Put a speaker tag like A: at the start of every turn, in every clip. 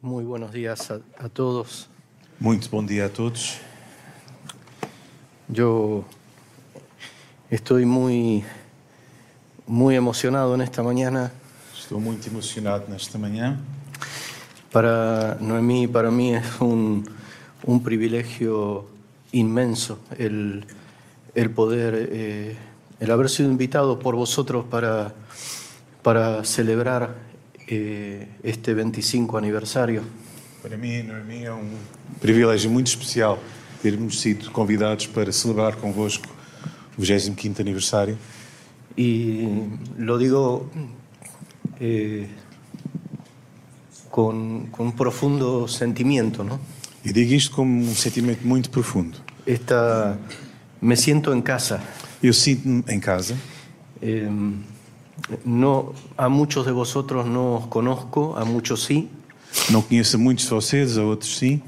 A: Muy buenos días a, a, todos.
B: Muito bom dia a todos.
A: Yo estoy muy, muy emocionado en esta mañana.
B: Estou muito emocionado nesta manhã.
A: Para Noemí, para mí es un, un privilegio inmenso el, el poder, eh, el haber sido invitado por vosotros para, para celebrar eh, este 25 aniversario.
B: Para mim, Noemi, é um privilégio muito especial termos sido convidados para celebrar convosco o 25º aniversário.
A: Y lo digo eh, con, con un profundo sentimiento, ¿no?
B: E digo isto como um sentimento muito profundo.
A: Esta, me siento en casa.
B: Eu sinto-me em casa.
A: Eh, no, a muchos de vosotros no os conozco, a muchos sí,
B: Não conheço a muitos de vocês, a outros sim.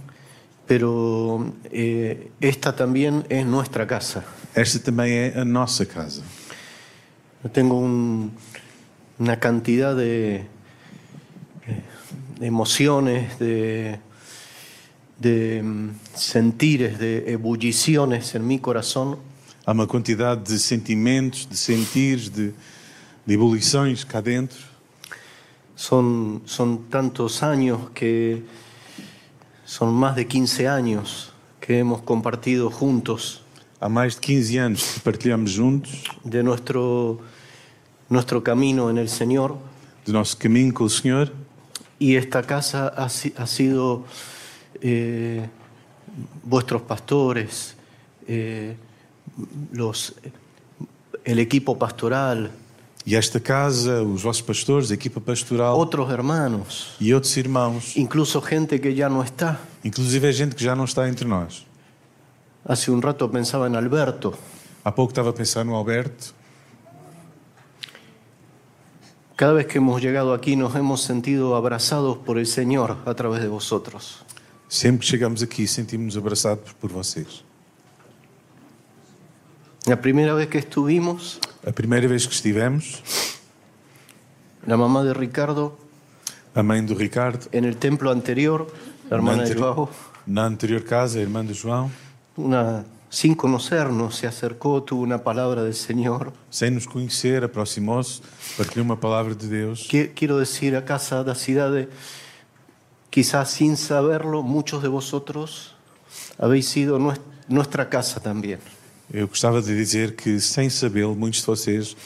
A: pero eh, esta también es nuestra casa.
B: Esta também é a nossa casa.
A: Yo tengo un- una cantidad de, eh, emociones, de, de mm, sentires, de ebulliciones en mi corazón
B: Há uma quantidade de sentimentos, de sentires, de, de ebulições cá dentro.
A: Son, son tantos años que son más de 15 años que hemos compartido juntos
B: Há mais de 15 anos que partilhamos juntos
A: de nuestro, nuestro camino en el Señor
B: do nosso caminho com o Senhor
A: y esta casa ha, si- ha sido eh, vuestros pastores, eh, los, el equipo pastoral,
B: e esta casa, os vossos pastores, a equipa pastoral
A: otros hermanos,
B: e outros irmãos,
A: incluso gente que ya no está.
B: inclusive a gente que já não está entre nós.
A: Hace un rato pensaba en Alberto.
B: Há pouco estava a pensar no Alberto.
A: Cada vez que hemos llegado aquí nos hemos sentido abrazados por el Señor a través de vosotros.
B: Sempre que chegamos aqui, sentimos-nos abraçados por vocês.
A: La primera vez que estuvimos,
B: A primeira vez que estivemos,
A: la mamá de Ricardo
B: a mãe do Ricardo,
A: en el templo anterior, la hermana de
B: anteri-
A: Joao,
B: na anterior casa, a irmã do João,
A: una, sin conocernos, se acercó, tuvo una palabra del Señor.
B: sem nos conhecer, aproximou-se, partilhou uma palavra de Deus.
A: Qui- Quiero decir, a casa da cidade, quizás sin saberlo, muchos de vosotros habéis sido nues- nuestra casa también.
B: Eu gostava de dizer que, sem sabê-lo, muitos de vocês,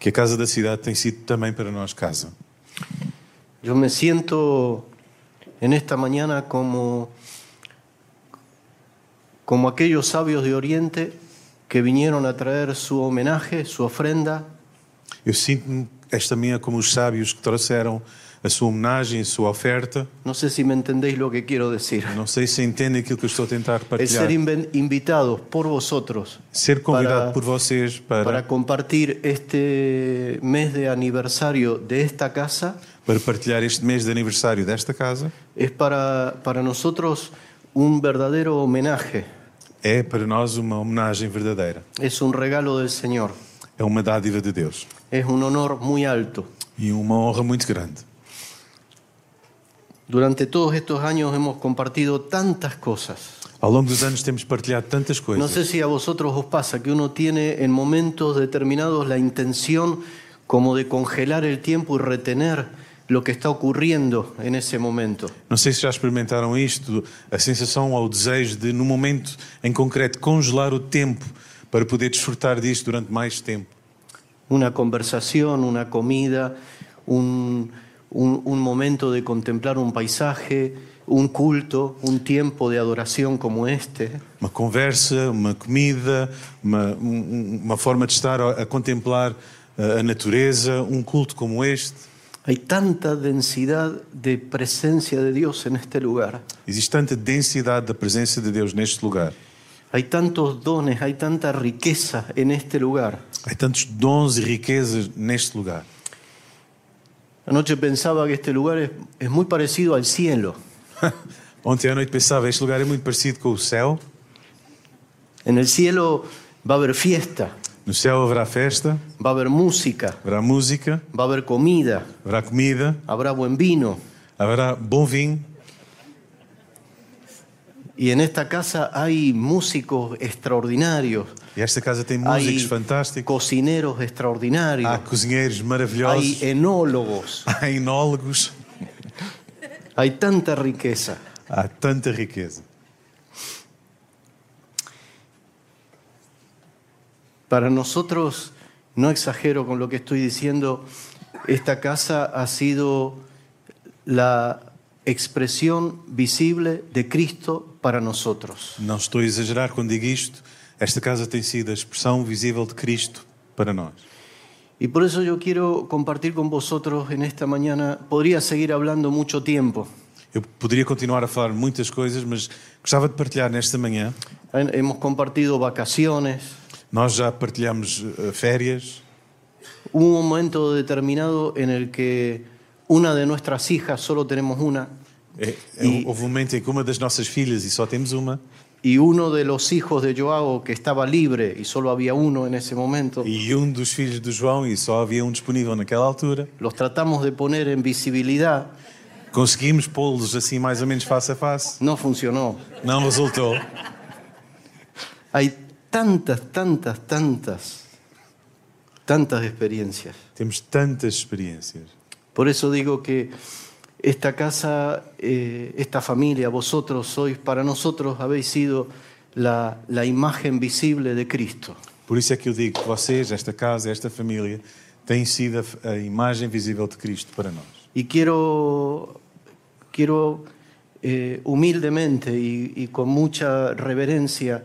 B: que a casa da cidade tem sido também para nós casa.
A: Yo me siento en esta mañana como, como aquellos sabios de Oriente que vinieron a traer su homenaje, su ofrenda,
B: Eu sinto-me esta minha como os sábios que trouxeram a sua homenagem, a sua oferta.
A: No sé si me entendéis lo que quiero decir.
B: Não sei se entendem aquilo que eu estou a tentar
A: El
B: partilhar.
A: ser inven- invitados por vosotros
B: Ser
A: para-
B: convidado por vocês para,
A: para
B: para...
A: compartir este mes de aniversario de esta casa
B: partilhar este mês de aniversário desta casa
A: es para, para nosotros un verdadero homenaje,
B: é para nós uma homenagem verdadeira.
A: es un regalo del Señor,
B: É uma dádiva de Deus
A: es un honor muy alto.
B: e uma honra muito grande.
A: Durante todos estos años hemos compartido tantas cosas.
B: Ao longo dos anos temos partilhado tantas
A: No
B: coisas.
A: sé si a vosotros os pasa que uno tiene en momentos determinados la intención como de congelar el tiempo y retener lo que está ocurriendo en ese momento.
B: Não sei se já experimentaram isto, a sensação ou o desejo de, num momento em concreto, congelar o tempo para poder desfrutar disto durante mais tempo.
A: Una conversación, una comida, un, un- un momento de contemplar un paisaje, un culto, un tiempo de adoración como este.
B: Uma conversa, uma comida, uma, um- uma forma de estar a, a contemplar eh, a natureza, um culto como este.
A: Hay tanta densidad de presencia de Dios en este lugar.
B: Existe tanta densidade da presença de Deus neste lugar.
A: Hay tantos dones, hay tanta riqueza en este lugar.
B: Há tantos dons e riquezas neste lugar.
A: Anoche pensaba que este lugar es, es muy parecido al cielo.
B: Ontem à noite pensava, este lugar é muito parecido com o céu.
A: En el cielo va a haber fiesta,
B: No céu haverá festa,
A: va a haber música,
B: haverá música,
A: va a haber comida,
B: haverá comida,
A: habrá buen vino,
B: haverá bom vinho,
A: Y en esta casa hay músicos extraordinarios,
B: E esta casa tem músicos
A: hay
B: fantásticos, Ah,
A: cocineros extraordinarios,
B: há cozinheiros
A: hay
B: maravilhosos,
A: é enólogos,
B: há enólogos,
A: hay tanta riqueza.
B: há tanta riqueza.
A: Para nosotros, no exagero con lo que estoy diciendo, esta casa ha sido la expresión visible de Cristo para nosotros.
B: Não estou a exagerar quando digo isto, esta casa tem sido a expressão visível de Cristo para nós.
A: Y por eso yo quiero compartir con vosotros en esta mañana, podría seguir hablando mucho tiempo.
B: Eu poderia continuar a falar muitas coisas, mas gostava de partilhar nesta manhã.
A: Han- Hemos compartido vacaciones,
B: Nós já partilhamos eh, férias.
A: hubo un momento determinado en el que una de nuestras hijas, solo tenemos una,
B: É, é,
A: E-
B: Houve um momento em que uma das nossas filhas, e só temos uma,
A: y uno de los hijos de Joao, que estaba libre y solo había uno en ese momento,
B: e um dos filhos do João, e só havia um disponível naquela altura,
A: los tratamos de poner en visibilidad,
B: conseguimos pô-los assim mais ou menos face a face.
A: no funcionó.
B: Não resultou.
A: Hay tantas, tantas, tantas, tantas experiencias.
B: Temos tantas experiências.
A: Por eso digo que esta casa, eh, esta familia, vosotros sois, para nosotros habéis sido la, la imagen visible de Cristo.
B: Por isso é que eu digo que vocês, esta casa, esta família, têm sido a, a imagem visível de Cristo para nós.
A: Y quiero, quiero eh, humildemente y, y con mucha reverencia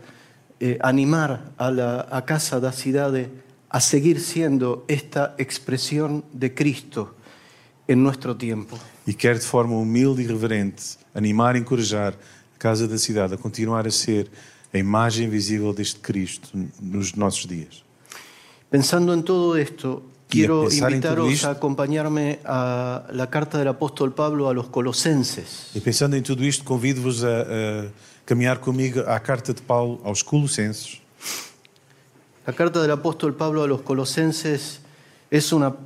A: eh, animar a la a Casa da Cidade a seguir siendo esta expresión de Cristo en nuestro tiempo.
B: E quero de forma humilde e reverente animar e encorajar a Casa da Cidade a continuar a ser a imagem visível deste Cristo nos nossos dias.
A: Pensando en todo esto, quiero
B: pensar en todo
A: invitaros
B: esto-
A: a acompañarme a la carta del apóstol Pablo a los colosenses.
B: E pensando em tudo isto, convido-vos a, a caminhar comigo à carta de Paulo aos Colossenses.
A: La carta del apóstol Pablo a los colosenses es una,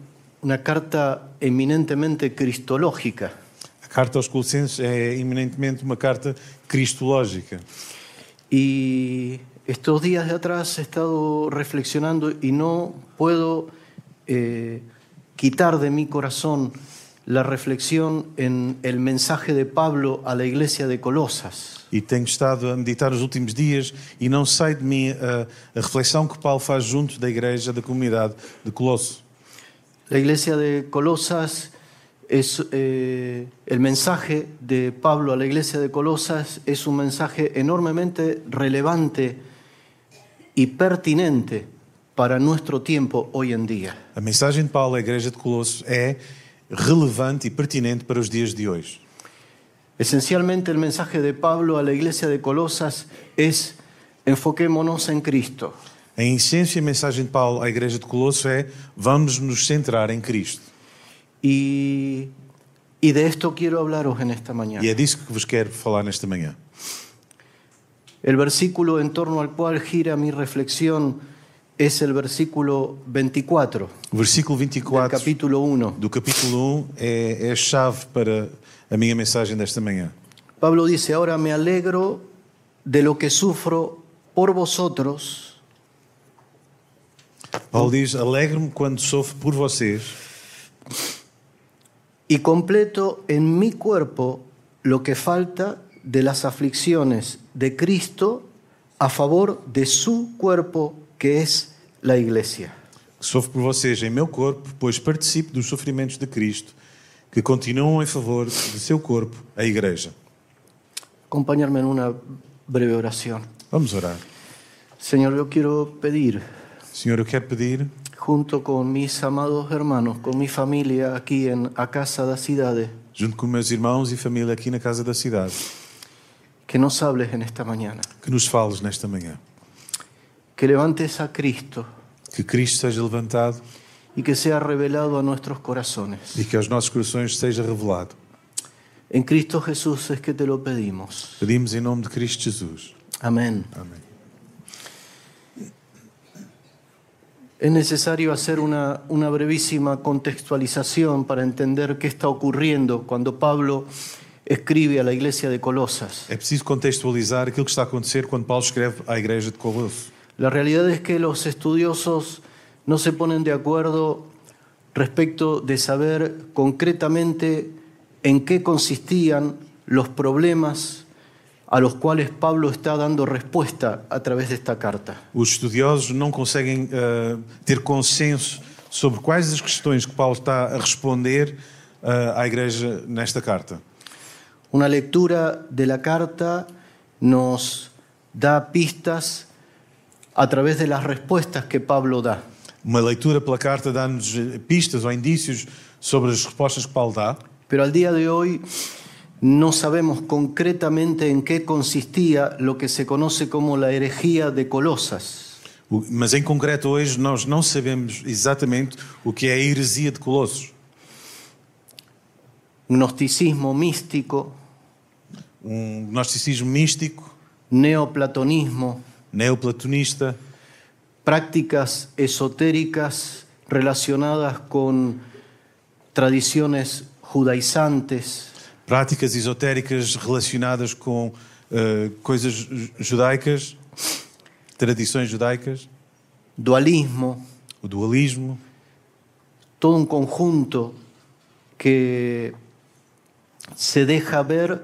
A: una carta eminentemente cristológica.
B: A carta aos Colossenses é eminentemente uma carta cristológica.
A: Y estos días de atrás he estado reflexionando y no puedo eh, quitar de mi corazón la reflexión en el mensaje de Pablo a la iglesia de Colosas.
B: E tenho estado a meditar os últimos dias e não sai de mim a, a reflexão que Paulo faz junto da igreja, da comunidade de Colosso.
A: La iglesia de Colosas es eh, el mensaje de Pablo a la iglesia de Colosas es un mensaje enormemente relevante y pertinente para nuestro tiempo hoy en día.
B: A mensagem de Paulo à igreja de Colosso é relevante e pertinente para os dias de hoje.
A: Esencialmente el mensaje de Pablo a la iglesia de Colosas es enfoquémonos en Cristo.
B: Em essência, a mensagem de Paulo à igreja de Colosso é vamos nos centrar em Cristo.
A: Y, y de esto quiero hablaros en esta mañana.
B: E é disso que vos quero falar nesta manhã.
A: El versículo en torno al cual gira mi reflexión es el versículo 24.
B: O versículo
A: del
B: 24
A: capítulo 1.
B: do capítulo 1 é, é a chave para a minha mensagem desta manhã.
A: Pablo dice, ahora me alegro de lo que sufro por vosotros
B: Paulo diz: Alegro-me quando sofro por vocês.
A: y completo en mi cuerpo lo que falta de las aflicciones de Cristo a favor de su cuerpo que es la iglesia.
B: Sofro por vocês em meu corpo, pois participo dos sofrimentos de Cristo, que continuam em favor de seu corpo, a Igreja.
A: Acompañarme en una breve oración.
B: Vamos orar.
A: Señor, yo quiero pedir,
B: Senhor, eu quero pedir,
A: junto con mis amados hermanos, con mi familia aquí en A Casa da Cidade,
B: junto com meus irmãos e família aqui na Casa da Cidade,
A: que nos hables en esta mañana.
B: que nos fales nesta manhã.
A: que levantes a Cristo
B: Que Cristo seja levantado
A: y que sea revelado a nuestros corazones.
B: e que aos nossos corações seja revelado.
A: En Cristo Jesús es que te lo pedimos.
B: Pedimos em nome de Cristo Jesus.
A: Amén.
B: Amém.
A: Es necesario hacer una, una brevísima contextualización para entender qué está ocurriendo cuando Pablo escribe a la iglesia de Colosas.
B: É preciso contextualizar aquilo que está a acontecer quando Paulo escreve à igreja de Colosso.
A: La realidad es que los estudiosos no se ponen de acuerdo respecto de saber concretamente en qué consistían los problemas a los cuales Pablo está dando respuesta a través de esta carta.
B: Os estudiosos não conseguem ah, ter consenso sobre quais as questões que Paulo está a responder ah, à igreja nesta carta.
A: Una lectura de la carta nos da pistas a través de las respuestas que Pablo da.
B: Uma leitura pela carta dá-nos eh, pistas ou indícios sobre as respostas que Paulo dá,
A: Pero al día de hoy no sabemos concretamente en qué consistía lo que se conoce como la herejía de Colosas.
B: o- mas em concreto hoje nós não sabemos exatamente o que é a heresia de Colossos.
A: Gnosticismo místico,
B: Um gnosticismo místico,
A: neoplatonismo,
B: neoplatonista,
A: prácticas esotéricas relacionadas con tradiciones judaizantes,
B: práticas esotéricas relacionadas com eh, coisas ju- judaicas, tradições judaicas,
A: dualismo,
B: o dualismo,
A: todo un conjunto que se deja ver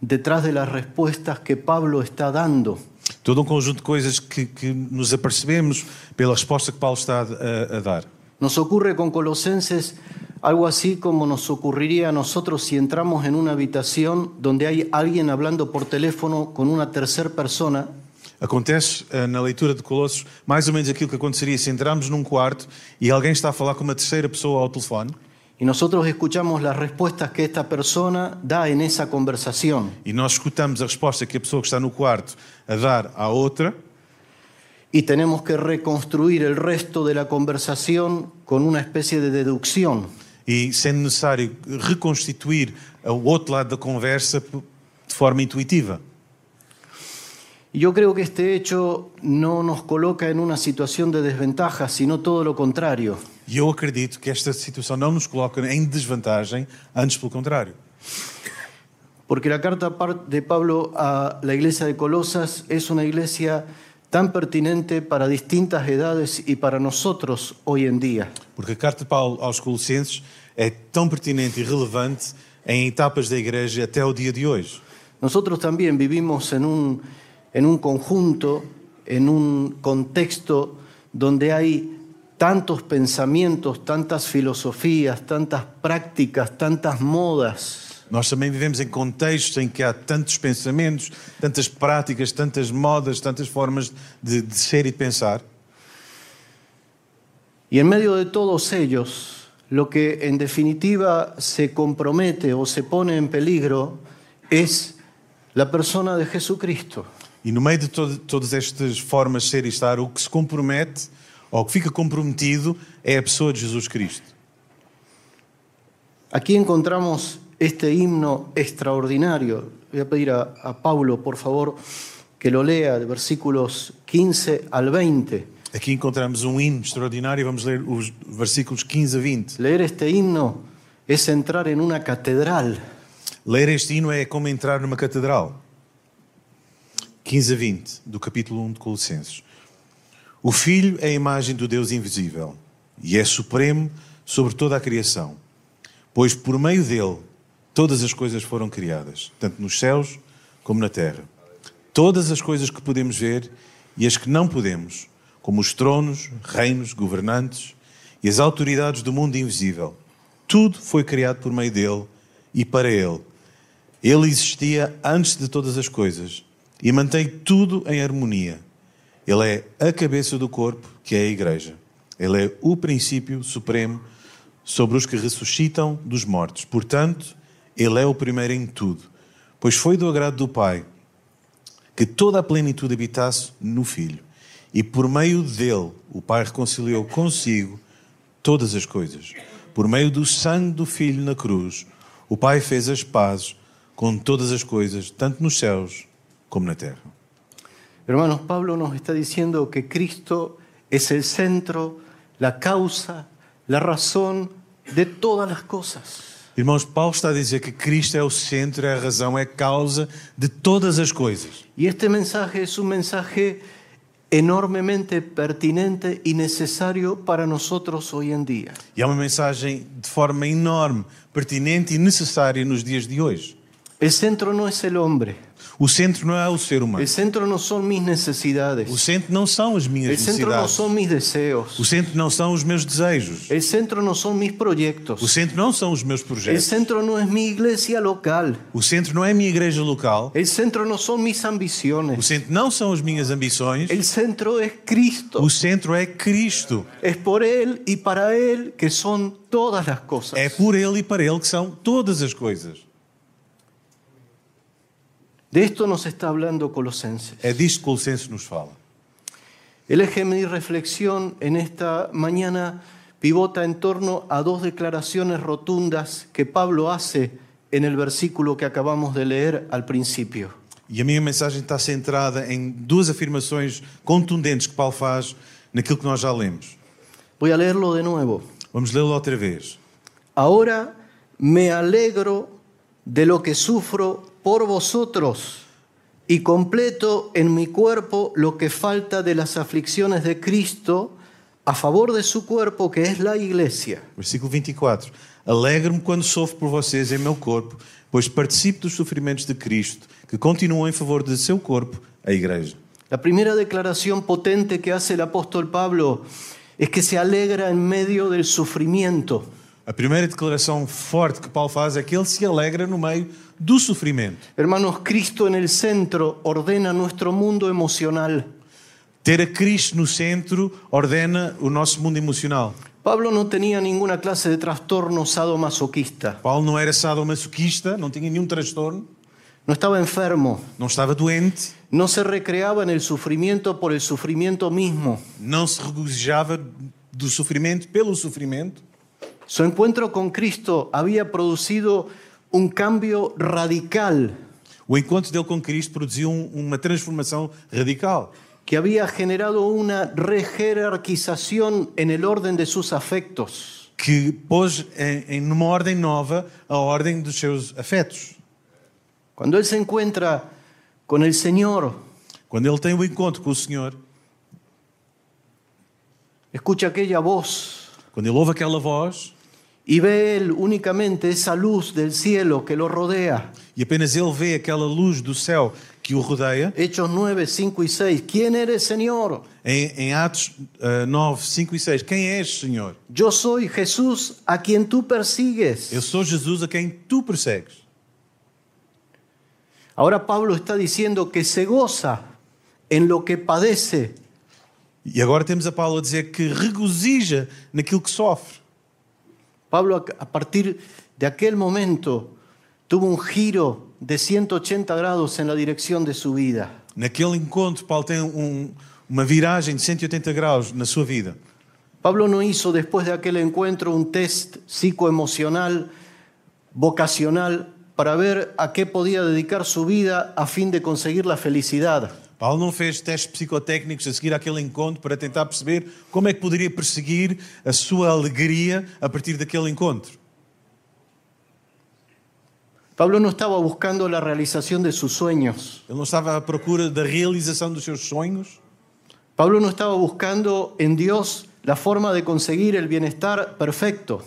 A: detrás de las respuestas que Pablo está dando.
B: todo um conjunto de coisas que, que nos apercebemos pela resposta que Paulo está a, a dar.
A: Nos ocurre con Colosenses algo así como nos ocurriría a nosotros si entramos en una habitación donde hay alguien hablando por teléfono con una tercer persona
B: Acontece eh, na leitura de Colossos mais ou menos aquilo que aconteceria se entrarmos num quarto e alguém está a falar com uma terceira pessoa ao telefone
A: y nosotros escuchamos las respuestas que esta persona da en esa conversación.
B: e nós escutamos a resposta que a pessoa que está no quarto a dar à outra
A: Y tenemos que reconstruir el resto de la conversación con una especie de deducción.
B: e sendo necessário reconstituir o outro lado da conversa p- de forma intuitiva.
A: Y yo creo que este hecho no nos coloca en una situación de desventaja, sino todo lo contrario.
B: E eu acredito que esta situação não nos coloca em desvantagem, antes pelo contrário.
A: Porque la carta par- de Pablo a la iglesia de Colosas es una iglesia tan pertinente para distintas edades y para nosotros hoy en día.
B: Porque a carta de Paulo aos Colossenses é tão pertinente e relevante em etapas da igreja até o dia de hoje.
A: Nosotros también vivimos en un, en un conjunto, en un contexto donde hay tantos pensamientos, tantas filosofías, tantas prácticas, tantas modas.
B: Nós também vivemos em contextos em que há tantos pensamentos, tantas práticas, tantas modas, tantas formas de, de ser e de pensar.
A: Y en medio de todos ellos, lo que en definitiva se compromete o se pone en peligro es la persona de Jesucristo.
B: E no meio de todo- todas estas formas de ser e estar, o que se compromete, ou o que fica comprometido, é a pessoa de Jesus Cristo.
A: Aquí encontramos este himno extraordinario. Voy a pedir a, a Pablo, por favor, que lo lea de versículos 15 al 20.
B: Aqui encontramos um hino extraordinário, vamos ler os versículos 15 a 20.
A: Leer este himno es entrar en una catedral.
B: Ler este hino é como entrar numa catedral. 15 a 20, do capítulo 1 de Colossenses. O Filho é a imagem do Deus invisível e é supremo sobre toda a criação, pois por meio dele todas as coisas foram criadas, tanto nos céus como na terra. Todas as coisas que podemos ver e as que não podemos, como os tronos, reinos, governantes e as autoridades do mundo invisível. Tudo foi criado por meio dele e para ele. Ele existia antes de todas as coisas e mantém tudo em harmonia. Ele é a cabeça do corpo, que é a Igreja. Ele é o princípio supremo sobre os que ressuscitam dos mortos. Portanto, ele é o primeiro em tudo, pois foi do agrado do Pai que toda a plenitude habitasse no Filho. E por meio dele, o Pai reconciliou consigo todas as coisas. Por meio do sangue do Filho na cruz, o Pai fez as pazes com todas as coisas, tanto nos céus como na terra.
A: Hermanos, Pablo nos está diciendo que Cristo es el centro, la causa, la razón de todas las cosas.
B: Irmãos, Paulo está a dizer que Cristo é o centro, é a razão, é a causa de todas as coisas.
A: Y este mensaje es un mensaje enormemente pertinente y necesario para nosotros hoy en día.
B: E é uma mensagem de forma enorme, pertinente e necessária nos dias de hoje.
A: El centro no es el hombre,
B: O centro não é o ser humano.
A: el centro no son mis
B: O
A: necesidades,
B: centro não são as minhas
A: el centro no
B: necessidades.
A: son mis
B: O
A: deseos,
B: centro não são os meus desejos.
A: el centro no son mis
B: O
A: proyectos,
B: centro não são os meus
A: el
B: projetos.
A: centro no es mi iglesia local,
B: O centro não é a minha igreja local.
A: el centro no son mis
B: O
A: ambiciones,
B: centro não são as minhas ambições.
A: el centro es Cristo.
B: O centro é Cristo.
A: Es por Él y para Él que son todas las cosas.
B: É por Ele e para Ele que são todas as coisas.
A: De esto nos está hablando Colosenses.
B: É disto que Colossenses nos fala.
A: El eje de mi reflexión en esta mañana pivota en torno a dos declaraciones rotundas que Pablo hace en el versículo que acabamos de leer al principio.
B: E a minha mensagem está centrada em duas afirmações contundentes que Paulo faz naquilo que nós já lemos.
A: Voy a leerlo de nuevo.
B: Vamos lê-lo outra vez.
A: Ahora me alegro de lo que sufro por vosotros y completo en mi cuerpo lo que falta de las aflicciones de Cristo a favor de su cuerpo que es la iglesia.
B: Versículo 24. Alegro-me quando sofro por vocês em meu corpo, pois participo dos sofrimentos de Cristo, que continuam em favor de seu corpo, a Igreja.
A: La primera declaración potente que hace el apóstol Pablo es que se alegra en medio del sufrimiento.
B: A primeira declaração forte que Paulo faz é que ele se alegra no meio do sofrimento.
A: Hermanos, Cristo en el centro ordena nuestro mundo emocional.
B: Ter a Cristo no centro ordena o nosso mundo emocional.
A: Pablo no tenía ninguna clase de trastorno sadomasoquista.
B: Paulo não era sadomasoquista, não tinha nenhum transtorno,
A: No estaba enfermo.
B: não estava doente,
A: No se recreaba en el sufrimiento por el sufrimiento mismo.
B: não se regozijava do sofrimento pelo sofrimento.
A: Su encuentro con Cristo había producido un cambio radical
B: O encontro dele com Cristo produziu um- uma transformação radical.
A: que había generado una rejerarquización en el orden de sus afectos.
B: que pôs em, em numa ordem nova a ordem dos seus afetos.
A: Cuando él se encuentra con el Señor,
B: Quando ele tem o encontro com o Senhor,
A: escucha aquella voz
B: quando ele ouve aquela voz
A: y ve él únicamente esa luz del cielo que lo rodea.
B: e apenas ele vê aquela luz do céu que o rodeia,
A: Hechos 9, 5 y 6. ¿Quién eres, Señor?
B: em, em Atos ah, 9, 5 e 6, quem és, Senhor?
A: Yo soy Jesús a quien tú persigues.
B: Eu sou Jesus a quem tu persegues.
A: Ahora Pablo está diciendo que se goza en lo que padece
B: E agora temos a Paulo a dizer que regozija naquilo que sofre.
A: Pablo a a partir de aquel momento tuvo un giro de 180 grados en la dirección de su vida.
B: Naquele encontro, Paulo tem um- uma viragem de 180 graus na sua vida.
A: Pablo no hizo después de aquel encuentro un test psicoemocional, vocacional, para ver a qué podía dedicar su vida a fin de conseguir la felicidad.
B: Paulo não fez testes psicotécnicos a seguir àquele encontro para tentar perceber como é que poderia perseguir a sua alegria a partir daquele encontro.
A: Pablo no estaba buscando la realización de sus sueños.
B: Ele não estava à procura da realização dos seus sonhos.
A: Pablo no estaba buscando en Dios la forma de conseguir el bienestar perfecto.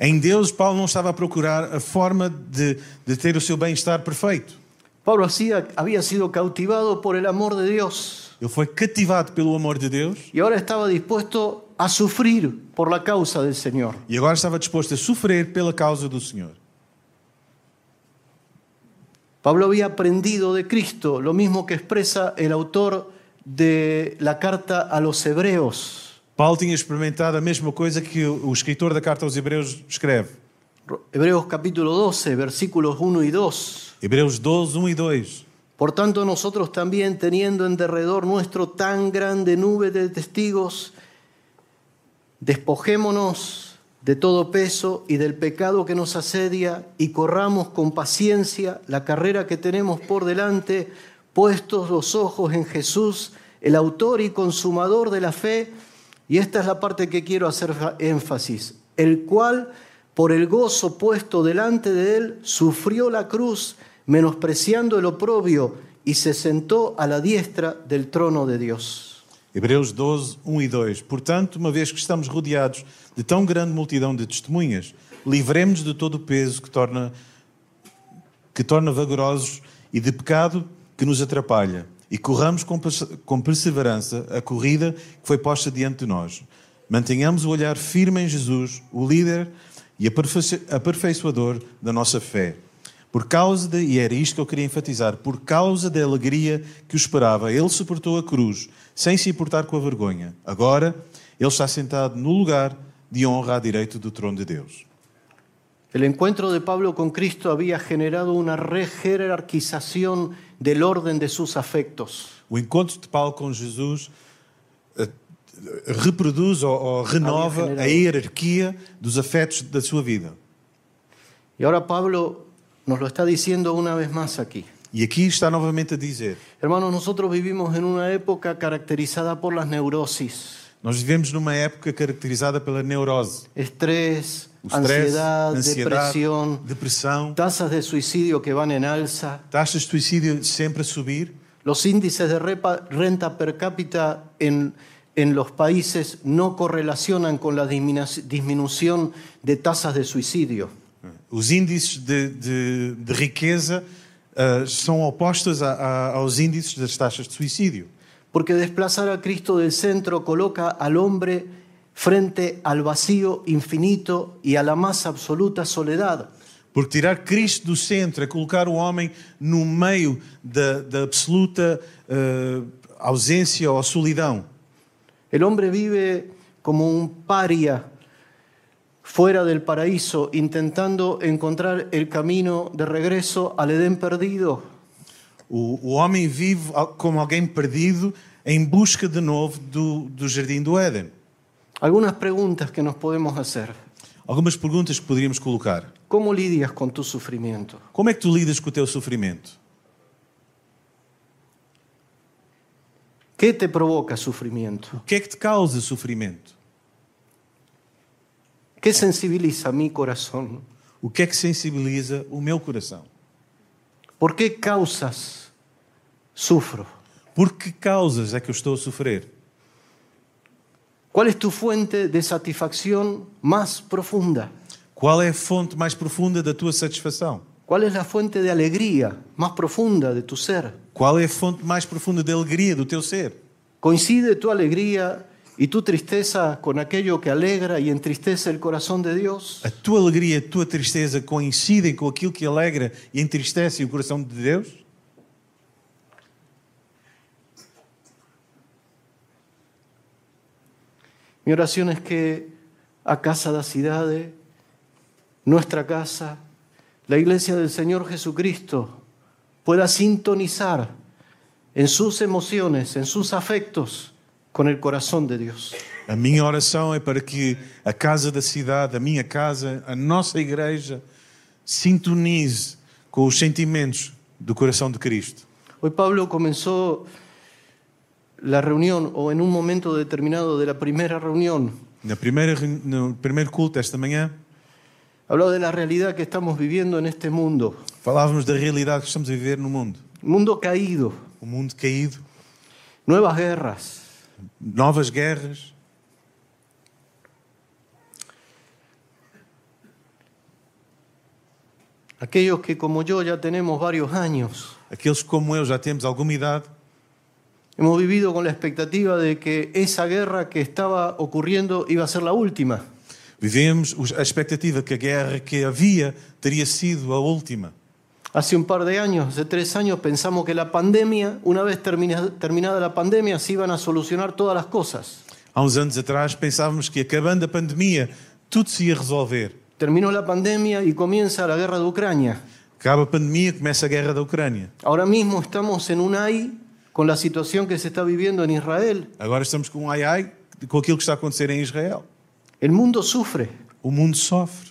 B: Em Deus, Paulo não estava a procurar a forma de, de ter o seu bem-estar perfeito.
A: Pablo hacía- había sido cautivado por el amor de Dios.
B: Ele foi cativado pelo amor de Deus
A: y ahora estaba dispuesto a sufrir por la causa del Señor.
B: e agora estava disposto a sofrer pela causa do Senhor.
A: Pablo había aprendido de Cristo, lo mismo que expresa el autor de la carta a los hebreos,
B: Paulo tinha experimentado a mesma coisa que o o escritor da carta aos Hebreus escreve.
A: Hebreos capítulo 12, versículos 1 y 2.
B: Hebreus 12, 1 e 2.
A: Por tanto, nosotros también, teniendo en derredor nuestro tan grande nube de testigos, despojémonos de todo peso y del pecado que nos asedia y corramos con paciencia la carrera que tenemos por delante, puestos los ojos en Jesús, el autor y consumador de la fe. Y esta es la parte que quiero hacer fa- énfasis, el cual por el gozo puesto delante de él, sufrió la cruz, menospreciando el oprobio, y se sentó a la diestra del trono de Dios.
B: Hebreus 12, 1 e 2. Portanto, uma vez que estamos rodeados de tão grande multidão de testemunhas, livremos de todo o peso que torna, que torna vagarosos e de pecado que nos atrapalha, e corramos com, perse- com perseverança a corrida que foi posta diante de nós. Mantenhamos o olhar firme em Jesus, o líder e aperfeiço- aperfeiçoador da nossa fé. Por causa de, e era isto que eu queria enfatizar, por causa da alegria que o esperava, ele suportou a cruz, sem se importar com a vergonha. Agora, ele está sentado no lugar de honra à direita do trono de Deus.
A: El encuentro de Pablo con Cristo había generado una rejerarquización del orden de sus afectos.
B: O encontro de Paulo com Jesus eh, reproduz ou, ou renova a hierarquia dos afetos da sua vida.
A: Y ahora Pablo nos lo está diciendo una vez más aquí.
B: E aqui está novamente a dizer:
A: Hermanos, nosotros vivimos en una época caracterizada por las neurosis,
B: nós vivemos numa época caracterizada pela neurose,
A: estrés,
B: o stress,
A: ansiedad,
B: ansiedade,
A: depresión,
B: depressão,
A: tasas de suicidio que van en alza,
B: taxas de suicídio sempre a subir.
A: Los índices de repa- renta per cápita en, en los países no correlacionan con la disminu- disminución de tasas de suicidio.
B: Os índices de, de- de riqueza ah, são opostos a- a- aos índices das taxas de suicídio.
A: Porque desplazar a Cristo del centro coloca al hombre frente al vacío infinito y a la más absoluta soledad.
B: Porque tirar Cristo do centro é colocar o homem no meio da, da absoluta ah, ausência ou solidão.
A: El hombre vive como un paria fuera del paraíso, intentando encontrar el camino de regreso al Edén perdido.
B: O, o homem vive al- como alguém perdido em busca de novo do, do jardim do Éden.
A: Algunas preguntas que nos podemos hacer.
B: Algumas perguntas que poderíamos colocar.
A: ¿Cómo lidias con tu sufrimiento?
B: Como é que tu lidas com o teu sofrimento?
A: ¿Qué te provoca sufrimiento?
B: O que é que te causa sofrimento?
A: ¿Qué sensibiliza mi corazón?
B: O que é que sensibiliza o meu coração?
A: ¿Por qué causas sufro?
B: Por que causas é que eu estou a sofrer?
A: ¿Cuál es tu fuente de satisfacción más profunda?
B: Qual é a fonte mais profunda da tua satisfação?
A: ¿Cuál es la fuente de alegría más profunda de tu ser?
B: Qual é a fonte mais profunda da alegria do teu ser?
A: ¿Coincide tu alegría y tu tristeza con aquello que alegra y entristece el corazón de Dios?
B: A tua alegria e a tua tristeza coincidem com aquilo que alegra e entristece o coração de Deus?
A: Mi oración es que a Casa da Cidade, nuestra casa, la Iglesia del Señor Jesucristo, pueda sintonizar en sus emociones, en sus afectos, con el corazón de Dios.
B: A minha oração é para que a casa da cidade, a minha casa, a nossa igreja sintonize com os sentimentos do coração de Cristo.
A: Hoy Pablo comenzó la reunión o en un momento determinado de la primera reunión,
B: Na primeira, reuni- no primeiro culto esta manhã,
A: habló de la realidad que estamos viviendo en este mundo,
B: falávamos da realidade que estamos a viver no mundo.
A: mundo caído,
B: O mundo caído,
A: nuevas guerras,
B: novas guerras,
A: aquellos que como yo ya tenemos varios años
B: aqueles que, como eu já temos alguma idade,
A: Hemos vivido con la expectativa de que esa guerra que estaba ocurriendo iba a ser la última.
B: vivemos os- a expectativa que a guerra que havia teria sido a última.
A: Hace un par de años, hace tres años, pensamos que la pandemia, una vez termina- terminada la pandemia, se iban a solucionar todas las cosas.
B: Há uns anos atrás pensávamos que acabando a pandemia tudo se ia resolver.
A: Terminó la pandemia y comienza la guerra de Ucrania.
B: Acaba a pandemia, começa a guerra da Ucrânia.
A: Ahora mismo estamos en un ay con la situación que se está viviendo en Israel.
B: Agora estamos com um ai ai com aquilo que está a acontecer em Israel.
A: El mundo sufre.
B: O mundo sofre.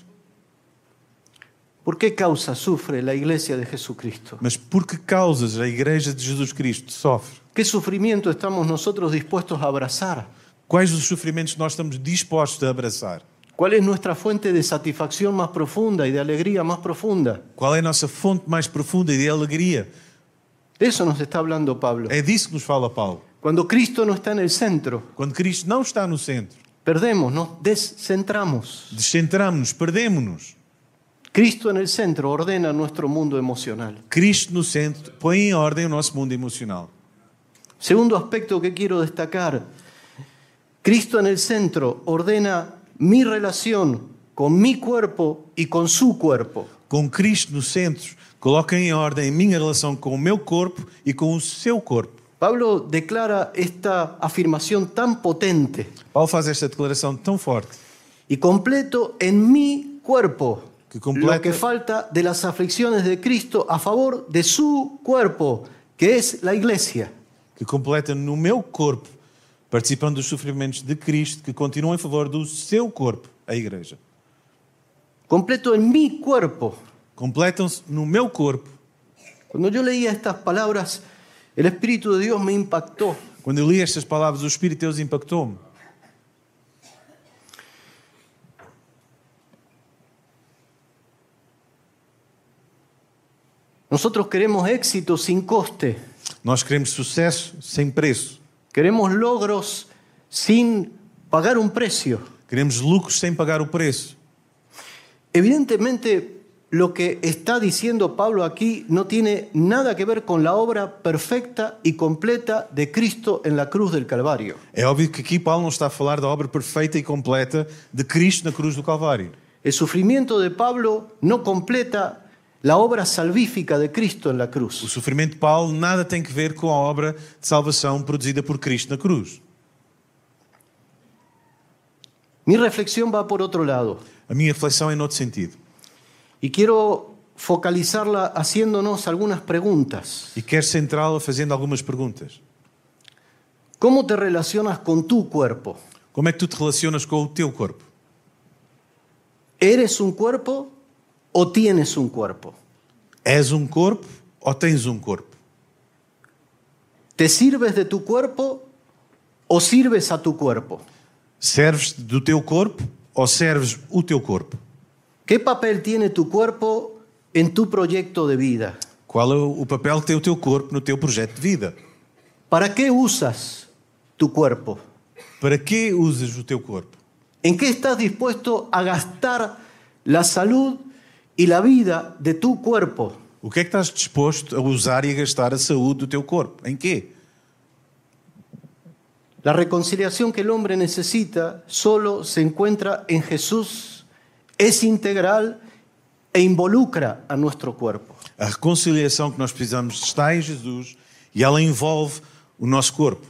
A: ¿Por qué causa sufre la iglesia de Jesucristo?
B: Mas por que causas a Igreja de Jesus Cristo sofre?
A: ¿Qué sufrimiento estamos nosotros dispuestos a abrazar?
B: Quais os sofrimentos nós estamos dispostos a abraçar?
A: ¿Cuál es nuestra fuente de satisfacción más profunda y de alegría más profunda?
B: Qual é a nossa fonte mais profunda de alegria?
A: De eso nos está hablando Pablo.
B: É disso que nos fala Paulo.
A: Cuando Cristo no está en el centro,
B: Quando Cristo não está no centro,
A: perdemos, nos descentramos.
B: descentramos-nos, perdemos-nos.
A: Cristo en el centro ordena nuestro mundo emocional.
B: Cristo no centro põe em ordem o nosso mundo emocional.
A: Segundo aspecto que quiero destacar, Cristo en el centro ordena mi relación con mi cuerpo y con su cuerpo.
B: Com Cristo no centro, coloca em ordem a minha relação com o meu corpo e com o seu corpo.
A: Pablo declara esta afirmação tão potente
B: Paulo faz esta declaração tão forte
A: y completo en mi cuerpo
B: Que completa-
A: lo que falta de las aflicciones de Cristo a favor de su cuerpo, que es la iglesia.
B: que completa no meu corpo, participando dos sofrimentos de Cristo, que continuam em favor do seu corpo, a Igreja.
A: Completo en mi cuerpo.
B: Completam-se no meu corpo.
A: Cuando yo leía estas palabras, el Espíritu de Dios me impactó.
B: Quando eu li estas palavras, o Espírito de Deus impactou-me.
A: Nosotros queremos éxito sin coste,
B: Nós queremos sucesso sem preço.
A: queremos logros sin pagar un precio.
B: Queremos lucros sem pagar o preço.
A: Evidentemente, lo que está diciendo Pablo aquí no tiene nada que ver con la obra perfecta y completa de Cristo en la cruz del Calvario.
B: É óbvio que aqui Paulo não está a falar da obra perfeita e completa de Cristo na cruz do Calvário.
A: El sufrimiento de Pablo no completa la obra salvífica de Cristo en la
B: O
A: cruz.
B: sofrimento de Paulo nada tem que ver com a obra de salvação produzida por Cristo na cruz.
A: Mi reflexión va por otro lado
B: A minha reflexão é noutro sentido.
A: y quiero focalizarla haciéndonos algunas preguntas.
B: E quero centrá-la fazendo algumas perguntas.
A: ¿Cómo te relacionas con tu cuerpo?
B: Como é que tu te relacionas com o teu corpo?
A: ¿Eres un cuerpo o tienes un cuerpo?
B: És um corpo ou tens um corpo?
A: ¿Te sirves de tu cuerpo o sirves a tu cuerpo?
B: Serves do teu corpo ou serves o teu corpo?
A: ¿Qué papel tiene tu cuerpo en tu proyecto de vida?
B: Qual é o papel que tem o teu corpo no teu projeto de vida?
A: ¿Para qué usas tu cuerpo?
B: Para que usas o teu corpo?
A: ¿En qué estás dispuesto a gastar la salud y la vida de tu cuerpo?
B: O que é que estás disposto a usar e a gastar a saúde do teu corpo? Em quê?
A: La reconciliación que el hombre necesita solo se encuentra en Jesús, es integral e involucra a nuestro cuerpo.
B: A reconciliação que nós precisamos está em Jesus e ela envolve o nosso corpo.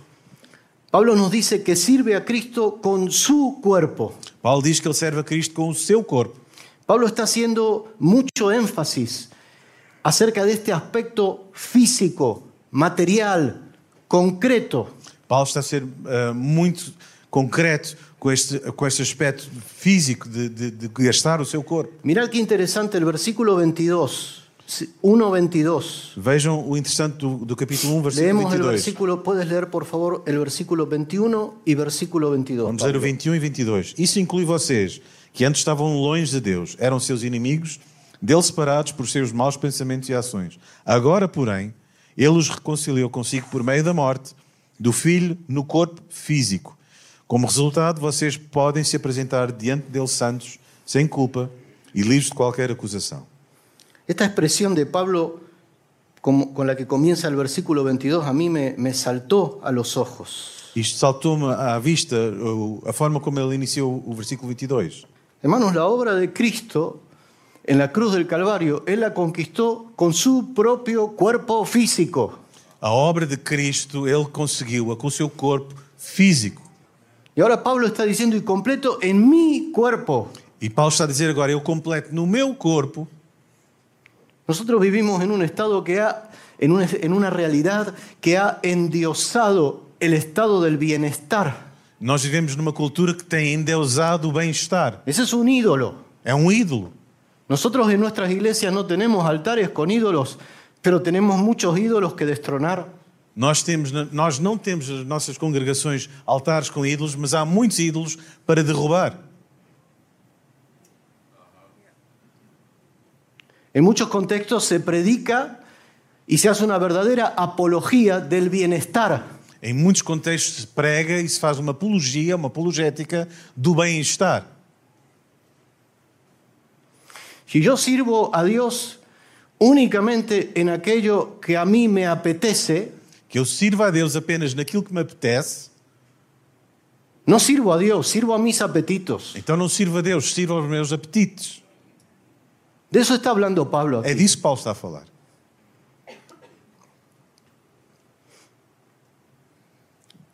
A: Pablo nos dice que sirve a Cristo con su cuerpo.
B: Paulo diz que ele serve a Cristo com o seu corpo.
A: Pablo está haciendo mucho énfasis acerca de este aspecto físico, material, concreto.
B: Paulo está a ser ah, muito concreto com este, com este aspecto físico de, de- de gastar o seu corpo.
A: Mirad qué interesante el versículo 22, 1.22.
B: Vejam o interessante do, do capítulo 1, versículo
A: Leemos el
B: 22.
A: versículo, puedes leer por favor el versículo 21 y versículo 22.
B: Vamos ler o
A: Pablo?
B: 21 e 22. Isso inclui vocês, que antes estavam longe de Deus, eram seus inimigos, dele separados por seus maus pensamentos e ações. Agora, porém, ele os reconciliou consigo por meio da morte do filho no corpo físico. Como resultado, vocês podem se apresentar diante dele santos, sem culpa e livres de qualquer acusação.
A: Esta expresión de Pablo como- con la que comienza el versículo 22 a mí me- me saltó a los ojos.
B: Isto saltou-me à vista o- a forma como ele iniciou o versículo 22.
A: Hermanos, la obra de Cristo en la cruz del Calvario, Él la conquistó con su propio cuerpo físico.
B: A obra de Cristo ele conseguiu com o seu corpo físico.
A: Y ahora Pablo está diciendo, y completo en mi cuerpo.
B: E Paulo está a dizer agora: eu completo no meu corpo.
A: Nosotros vivimos en un estado que ha, en una, en una realidad que ha endiosado el estado del bienestar.
B: Nós vivemos numa cultura que tem endeusado o bem-estar.
A: Ese es un ídolo.
B: É um ídolo.
A: Nosotros en nuestras iglesias no tenemos altares con ídolos, pero tenemos muchos ídolos que destronar.
B: Nós, temos, na- nós não temos nas nossas congregações altares com ídolos, mas há muitos ídolos para derrubar.
A: En muchos contextos se predica y se hace una verdadera apología del bienestar.
B: Em muitos contextos se prega e se faz uma apologia, uma apologética do bem-estar.
A: Si yo sirvo a Dios únicamente en aquello que a mí me apetece,
B: Que eu sirva a Deus apenas naquilo que me apetece,
A: no sirvo a Dios, sirvo a mis apetitos.
B: então não sirvo a Deus, sirvo aos meus apetites.
A: De eso está hablando Pablo.
B: É
A: aquí.
B: disso que Paulo está a falar.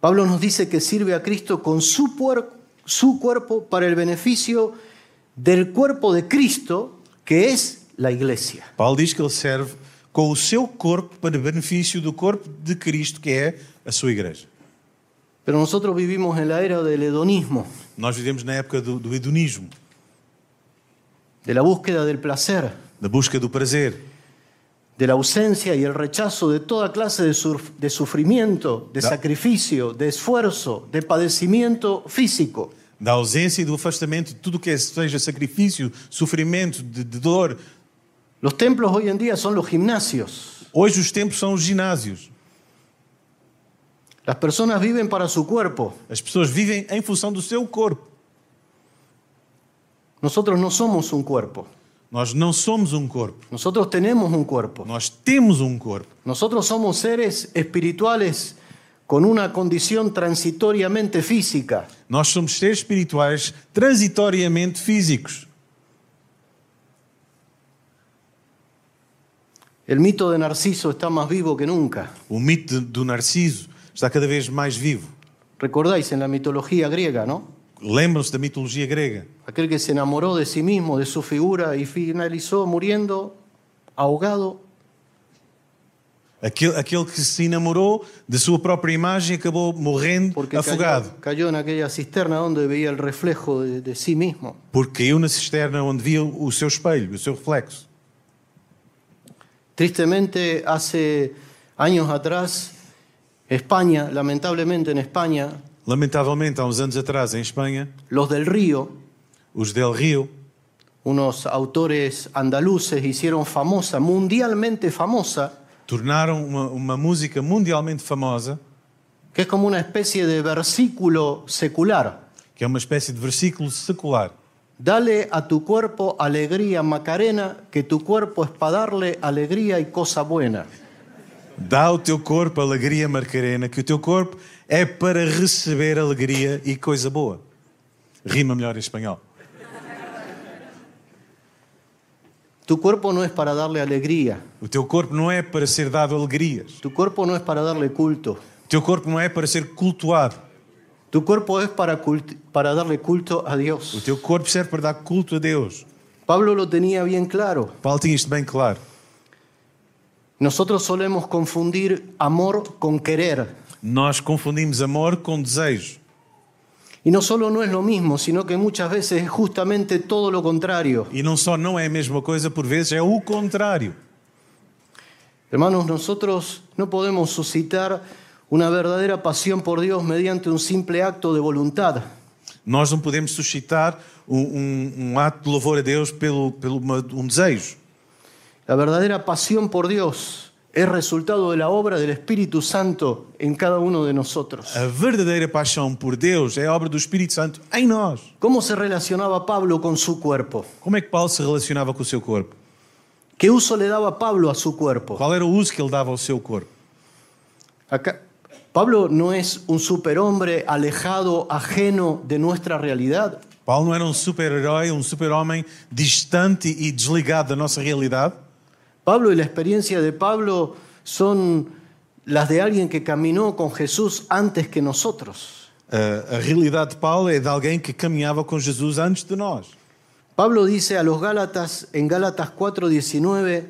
A: Pablo nos dice que sirve a Cristo con su, puer- su cuerpo para el beneficio del cuerpo de Cristo, que es la iglesia.
B: Paulo diz que ele serve com o seu corpo para benefício do corpo de Cristo, que é a sua igreja.
A: Pero nosotros vivimos en la era del hedonismo,
B: Nós vivemos na época do, do hedonismo,
A: de la búsqueda del placer,
B: da busca do prazer,
A: de la ausencia y el rechazo de toda clase de, surf- de sufrimiento, de
B: Da-
A: sacrificio, de esfuerzo, de padecimiento físico.
B: da ausência e do afastamento de tudo o que é- seja sacrifício, sofrimento, de, de dor.
A: Los templos hoy en día son los gimnasios.
B: Hoje os tempos são os ginásios.
A: Las personas viven para su cuerpo.
B: As pessoas vivem em função do seu corpo.
A: Nosotros no somos un cuerpo.
B: Nós não somos um corpo.
A: Nosotros tenemos un cuerpo.
B: Nós temos um corpo.
A: Nosotros somos seres espirituales con una condición transitoriamente física.
B: Nós somos seres espirituais transitoriamente físicos.
A: El mito de Narciso está más vivo que nunca.
B: O mito de- do Narciso está cada vez mais vivo.
A: Recordáis en la mitología griega, ¿no?
B: Lembram-se da mitologia grega?
A: Aquel que se enamoró de sí mismo, de su figura e finalizó muriendo ahogado.
B: Aquele, aquele que se enamorou da sua própria imagem e acabou morrendo
A: Porque
B: afogado.
A: cayó, cayó en aquella cisterna donde veía el reflejo de- de sí mismo.
B: Porque caiu na cisterna onde via o seu espelho, o seu reflexo.
A: Tristemente, hace años atrás, España, lamentablemente en España,
B: Lamentavelmente, há uns anos atrás, em Espanha,
A: los del Río,
B: os Del Rio,
A: unos autores andaluces, hicieron famosa, mundialmente famosa,
B: tornaram uma, uma música mundialmente famosa,
A: que es como una especie de versículo secular.
B: que é uma espécie de versículo secular.
A: Dale a tu cuerpo alegría, Macarena, que tu cuerpo es para darle alegría y cosa buena.
B: Dá ao teu corpo alegria, Macarena, que o teu corpo é para receber alegria e coisa boa. Rima melhor em espanhol.
A: Tu cuerpo no es para darle alegría,
B: O teu corpo não é para ser dado alegrias.
A: tu cuerpo no es para darle culto,
B: O teu corpo não é para ser cultuado.
A: tu cuerpo es para, cult- para darle culto a Dios.
B: O teu corpo serve para dar culto a Deus.
A: Pablo lo tenía bien claro.
B: Paulo tinha isto bem claro.
A: Nosotros solemos confundir amor con querer.
B: Nós confundimos amor com desejo.
A: Y no solo no es lo mismo, sino que muchas veces es justamente todo lo contrario.
B: E não só não é a mesma coisa, por vezes é o contrário.
A: Hermanos, nosotros no podemos suscitar una verdadera pasión por Dios mediante un simple acto de voluntad.
B: Nós não podemos suscitar um, um- um ato de louvor a Deus pelo, pelo uma- um desejo.
A: La verdadera pasión por Dios es resultado de la obra del Espíritu Santo en cada uno de nosotros.
B: A verdadeira paixão por Deus é a obra do Espírito Santo em nós.
A: ¿Cómo se relacionaba Pablo con su cuerpo?
B: Como é que Paulo se relacionava com o seu corpo?
A: ¿Qué uso le daba Pablo a su cuerpo?
B: Qual era o uso que ele dava ao seu corpo?
A: Acá, Pablo no es un superhombre alejado, ajeno de nuestra realidad.
B: Paulo não era um super-herói, um super-homem distante e desligado da nossa realidade?
A: Pablo y la experiencia de Pablo son las de alguien que caminó con Jesús antes que nosotros.
B: A, a realidade de Paulo é de alguém que caminhava com Jesus antes de nós.
A: Pablo dice a los Gálatas en Gálatas 4:19,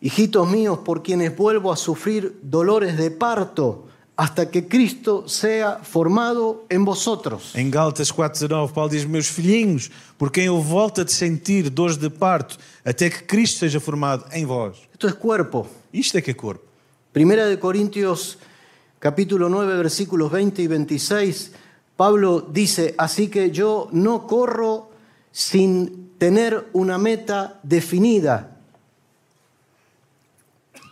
A: hijitos míos, por quienes vuelvo a sufrir dolores de parto hasta que Cristo sea formado en vosotros.
B: Em Gálatas 4,19, Paulo diz: Meus filhinhos, por quem eu volto a sentir dores de parto, até que Cristo seja formado em vós.
A: Esto es cuerpo.
B: Isto é que é corpo.
A: Primera de Corintios capítulo 9 versículos 20 y 26, Pablo dice, así que yo no corro sin tener una meta definida,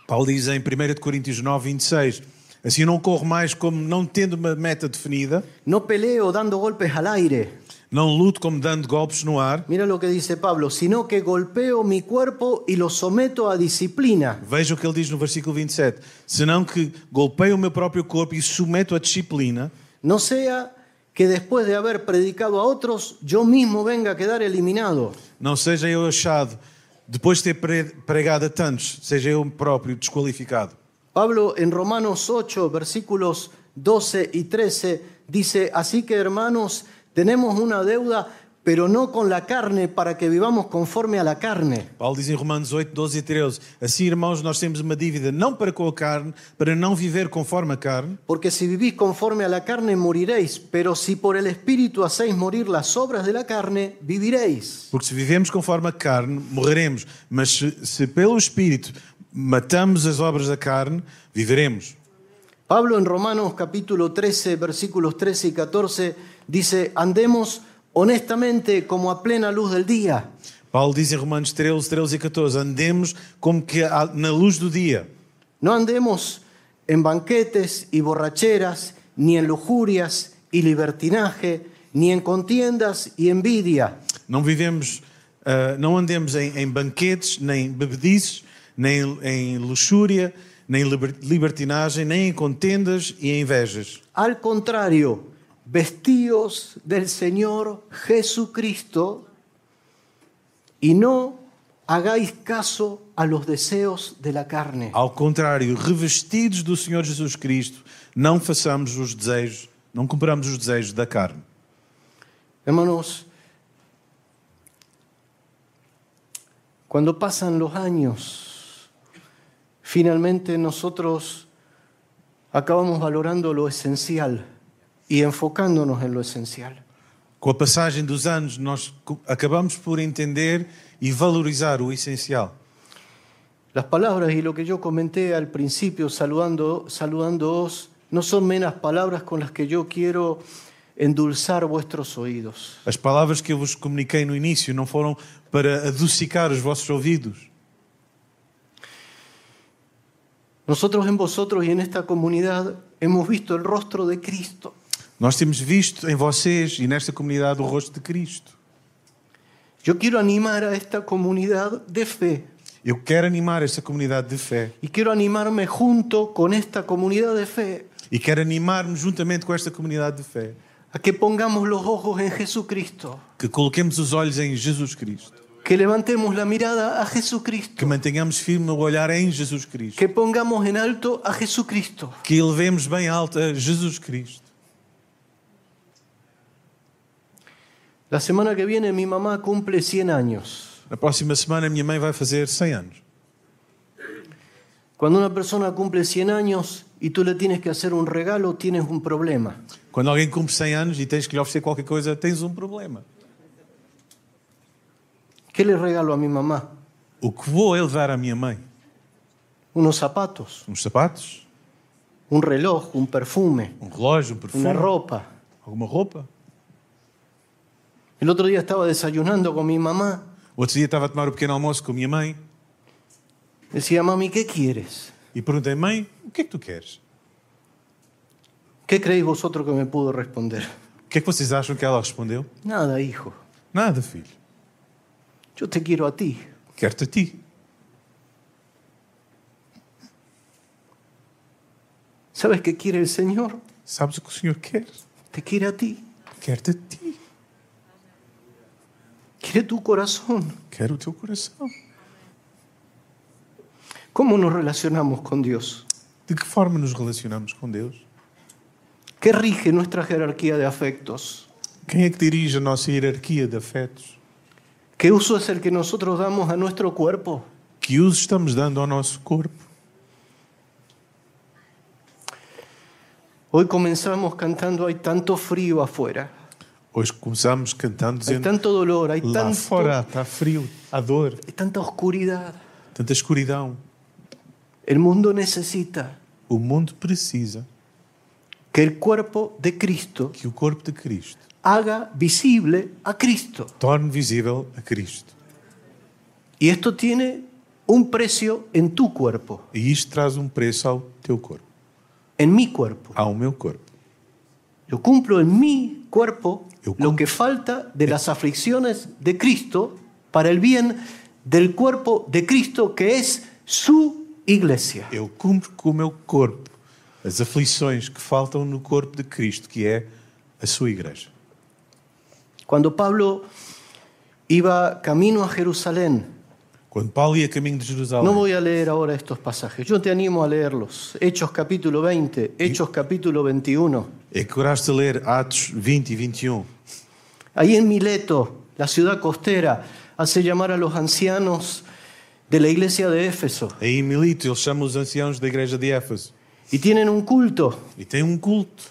B: Paulo diz em 1 de Coríntios 9, 26, assim não corro mais como não tendo uma meta definida,
A: No peleo dando golpes al aire.
B: não luto como dando golpes no ar,
A: Mira lo que dice Pablo, sino que golpeo mi cuerpo y lo someto a disciplina
B: Veja o que ele diz no versículo 27. Senão que golpeio o meu próprio corpo e submeto à disciplina,
A: No sea que después de haber predicado a otros, yo mismo venga a quedar eliminado.
B: não seja eu achado, depois de ter pre- pregado a tantos, seja eu próprio desqualificado.
A: Pablo en Romanos 8, versículos 12 y 13, dice, así que hermanos, tenemos una deuda, pero no con la carne, para que vivamos conforme a la carne.
B: Paulo diz em Romanos 8, 12 e 13: Assim, irmãos, nós temos uma dívida não para com a carne, para não viver conforme a carne,
A: Porque si vivís conforme a la carne moriréis, pero si por el Espíritu hacéis morir las obras de la carne, viviréis.
B: porque se vivemos conforme a carne, morreremos. Mas se, se pelo Espírito matamos as obras da carne, viveremos.
A: Pablo en Romanos capítulo 13, versículos 13 y 14, dice, andemos honestamente como a plena luz del día,
B: Paulo diz em Romanos 13, 13 e 14: Andemos como que a- na luz do dia.
A: no andemos en banquetes y borracheras, ni en lujurias y libertinaje, ni en contiendas y envidia,
B: Não vivemos, ah, não andemos em, em banquetes, nem bebedices, nem em luxúria, nem liber- libertinagem, nem em contendas e em invejas.
A: al contrario, vestíos del Señor Jesucristo y no hagáis caso a los deseos de la carne.
B: Ao contrário, revestidos do Senhor Jesus Cristo, não façamos os desejos, não cumpramos os desejos da carne.
A: Hermanos, cuando pasan los años, finalmente nosotros acabamos valorando lo esencial y enfocándonos en lo esencial.
B: Com a passagem dos anos, nós co- acabamos por entender e valorizar o essencial.
A: Las palabras y lo que yo comenté al principio saludando, saludándoos no son menos palabras con las que yo quiero endulzar vuestros oídos.
B: As palavras que eu vos comuniquei no início não foram para adocicar os vossos ouvidos.
A: Nosotros en vosotros y en esta comunidad hemos visto el rostro de Cristo.
B: Nós temos visto em vocês e nesta comunidade o rosto de Cristo.
A: Yo quiero animar a esta comunidad de fe
B: Eu quero animar esta comunidade de fé
A: y quiero animarme junto con esta comunidad de fe
B: e quero animar-me juntamente com esta comunidade de fé
A: a que pongamos los ojos en Jesucristo,
B: que coloquemos os olhos em Jesus Cristo,
A: que levantemos la mirada a
B: que
A: Jesucristo,
B: mantenhamos firme o olhar em Jesus Cristo,
A: que pongamos en alto a Jesucristo.
B: que elevemos bem alto a Jesus Cristo.
A: La semana que viene mi mamá cumple 100 años.
B: Na próxima semana, a minha mãe vai fazer 100 anos.
A: Cuando una persona cumple 100 años y tú le tienes que hacer un regalo, tienes un problema.
B: Quando alguém cumpre 100 anos e tens que lhe oferecer qualquer coisa, tens um problema.
A: ¿Qué le regalo a mi mamá?
B: O que vou eu dar à minha mãe?
A: Unos zapatos,
B: Uns sapatos?
A: un reloj, un perfume,
B: Um relógio? Um perfume?
A: una ropa.
B: Alguma roupa?
A: El otro día estaba desayunando con mi mamá
B: Outro dia estava a tomar o pequeno almoço com a minha mãe
A: Decía, mami, ¿qué quieres?
B: e perguntei, mãe, o que é que tu queres?
A: ¿Qué creéis vosotros que me pudo responder?
B: O que é que vocês acham que ela respondeu?
A: Nada, hijo.
B: Nada, filho.
A: Yo te quiero a ti.
B: Quero-te a ti.
A: ¿Sabes qué quiere el Señor?
B: Sabes o que o Senhor quer?
A: Te quiere a ti.
B: Quero-te a ti.
A: Quiere tu corazón.
B: Quero o teu coração.
A: ¿Cómo nos relacionamos con Dios?
B: De que forma nos relacionamos com Deus?
A: ¿Qué rige nuestra jerarquía de afectos?
B: Quem é que dirige a nossa hierarquia de afetos?
A: ¿Qué uso es el que nosotros damos a nuestro cuerpo?
B: Que uso estamos dando ao nosso corpo?
A: Hoy comenzamos cantando, hay tanto frío afuera,
B: Hoje começamos cantando
A: hay
B: dizendo
A: É tanto dolor, hay,
B: lá
A: tanto-
B: fora está frio, há dor,
A: hay tanta oscuridad.
B: tanta escuridão.
A: El mundo necesita
B: O mundo precisa
A: que el cuerpo de Cristo
B: que o corpo de Cristo
A: haga visible a Cristo.
B: torne visível a Cristo.
A: Y esto tiene un precio en tu cuerpo,
B: E isto traz um preço ao teu corpo,
A: en mi cuerpo.
B: ao meu corpo.
A: Yo cumplo en mi cuerpo
B: Yo
A: lo
B: cum-
A: que falta de las aflicciones de Cristo para el bien del cuerpo de Cristo que es su iglesia.
B: Eu cumpro com o meu corpo as aflições que faltam no corpo de Cristo, que é a sua igreja.
A: Cuando Pablo iba camino a Jerusalén,
B: Quando Paulo ia caminho de Jerusalém,
A: no voy a leer ahora estos pasajes, yo te animo a leerlos. Hechos capítulo 20, Hechos capítulo 21.
B: encoraste é a ler Atos 20 e 21.
A: Ahí en Mileto, la ciudad costera, hace llamar a los ancianos de la iglesia de Éfeso
B: Aí em Milito, eles chamam os anciãos da igreja de Éfeso.
A: y tienen un culto,
B: E tem um culto,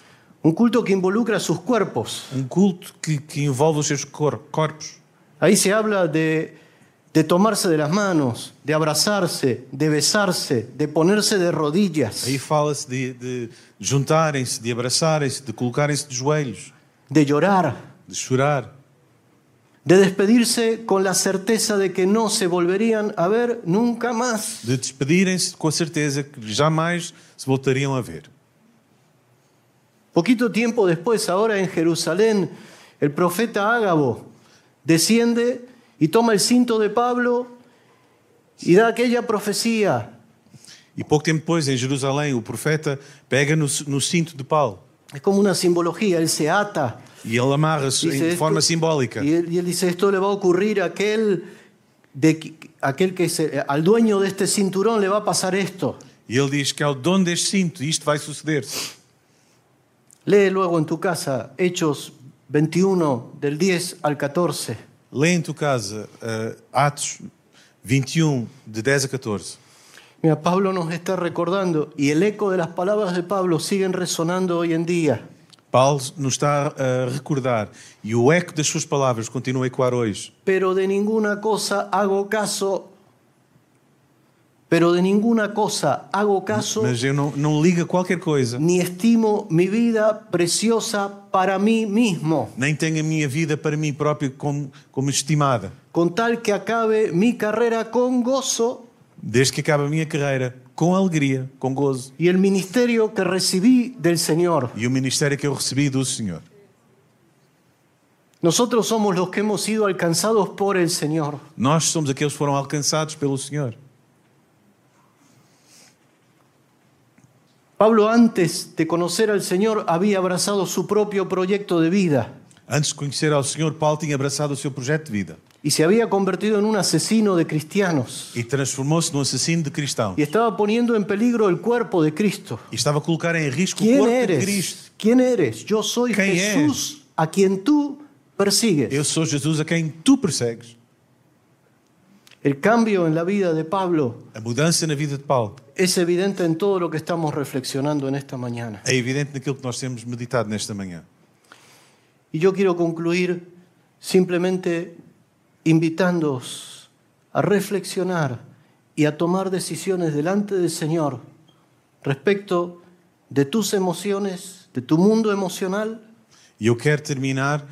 A: un culto que involucra sus cuerpos.
B: um culto que, que envolve os seus cor- corpos.
A: Ahí se habla de, de tomarse de las manos, de abrazarse, de besarse, de ponerse de rodillas,
B: Aí fala-se de, de juntarem-se, de abraçarem-se, de colocarem-se de joelhos,
A: de llorar,
B: de chorar,
A: de despedirse con la certeza de que no se volverían a ver nunca más.
B: de despedirem-se com a certeza que jamais se voltariam a ver.
A: Poquito tiempo después, ahora en Jerusalén, el profeta Ágabo desciende y toma el cinto de Pablo y da aquella profecía.
B: E pouco tempo depois, em Jerusalém, o profeta pega no, no cinto de Paulo
A: Es como una simbología, él se ata.
B: e ele amarra-se
A: Dice,
B: de
A: "Esto-"
B: forma simbólica.
A: Y él, y él dice, esto le va a ocurrir a aquel, de, qui- aquel que se- al dueño de este cinturón le va a pasar esto.
B: E ele diz que é o dono deste cinto e isto vai suceder. -se.
A: Lee luego en tu casa Hechos 21 del 10 al 14.
B: Lê em tua casa eh, Atos 21, de 10 a 14.
A: Mira, Pablo nos está recordando y el eco de las palabras de Pablo siguen resonando hoy en día.
B: Paulo nos está a recordar e o eco das suas palavras continua a ecoar hoje.
A: Pero de ninguna cosa hago caso. Pero de ninguna cosa hago caso.
B: Mas eu não, não ligo a qualquer coisa,
A: Ni estimo mi vida preciosa para mí mismo.
B: nem tenho a minha vida para mim próprio como, como estimada,
A: con tal que acabe mi carrera con gozo
B: desde que acabe a minha carreira, com alegria, com gozo.
A: y el ministerio que recibí del Señor.
B: E o ministério que eu recebi do Senhor.
A: Nosotros somos los que hemos sido alcanzados por el Señor.
B: Nós somos aqueles que foram alcançados pelo Senhor.
A: Pablo antes de conocer al Señor había abrazado su propio proyecto de vida
B: Antes de conhecer ao Senhor, Paulo tinha abraçado o seu projeto de vida
A: y se había convertido en un asesino de cristianos
B: e transformou-se num assassino de cristão.
A: y estaba poniendo en peligro el cuerpo de Cristo.
B: E estava a colocar em risco o
A: ¿Quién
B: corpo de Cristo.
A: eres? ¿Quién eres? Yo soy
B: ¿Quién
A: Jesús a quien tú persigues.
B: Eu sou Jesus a quem tu persegues.
A: El cambio en la vida de Pablo
B: A mudança na vida de Paulo
A: Es evidente en todo lo que estamos reflexionando en esta mañana.
B: é evidente naquilo que nós temos meditado nesta manhã.
A: Y yo quiero concluir simplemente invitándoos a reflexionar y a tomar decisiones delante del Señor respecto de tus emociones, de tu mundo emocional,
B: E eu quero terminar,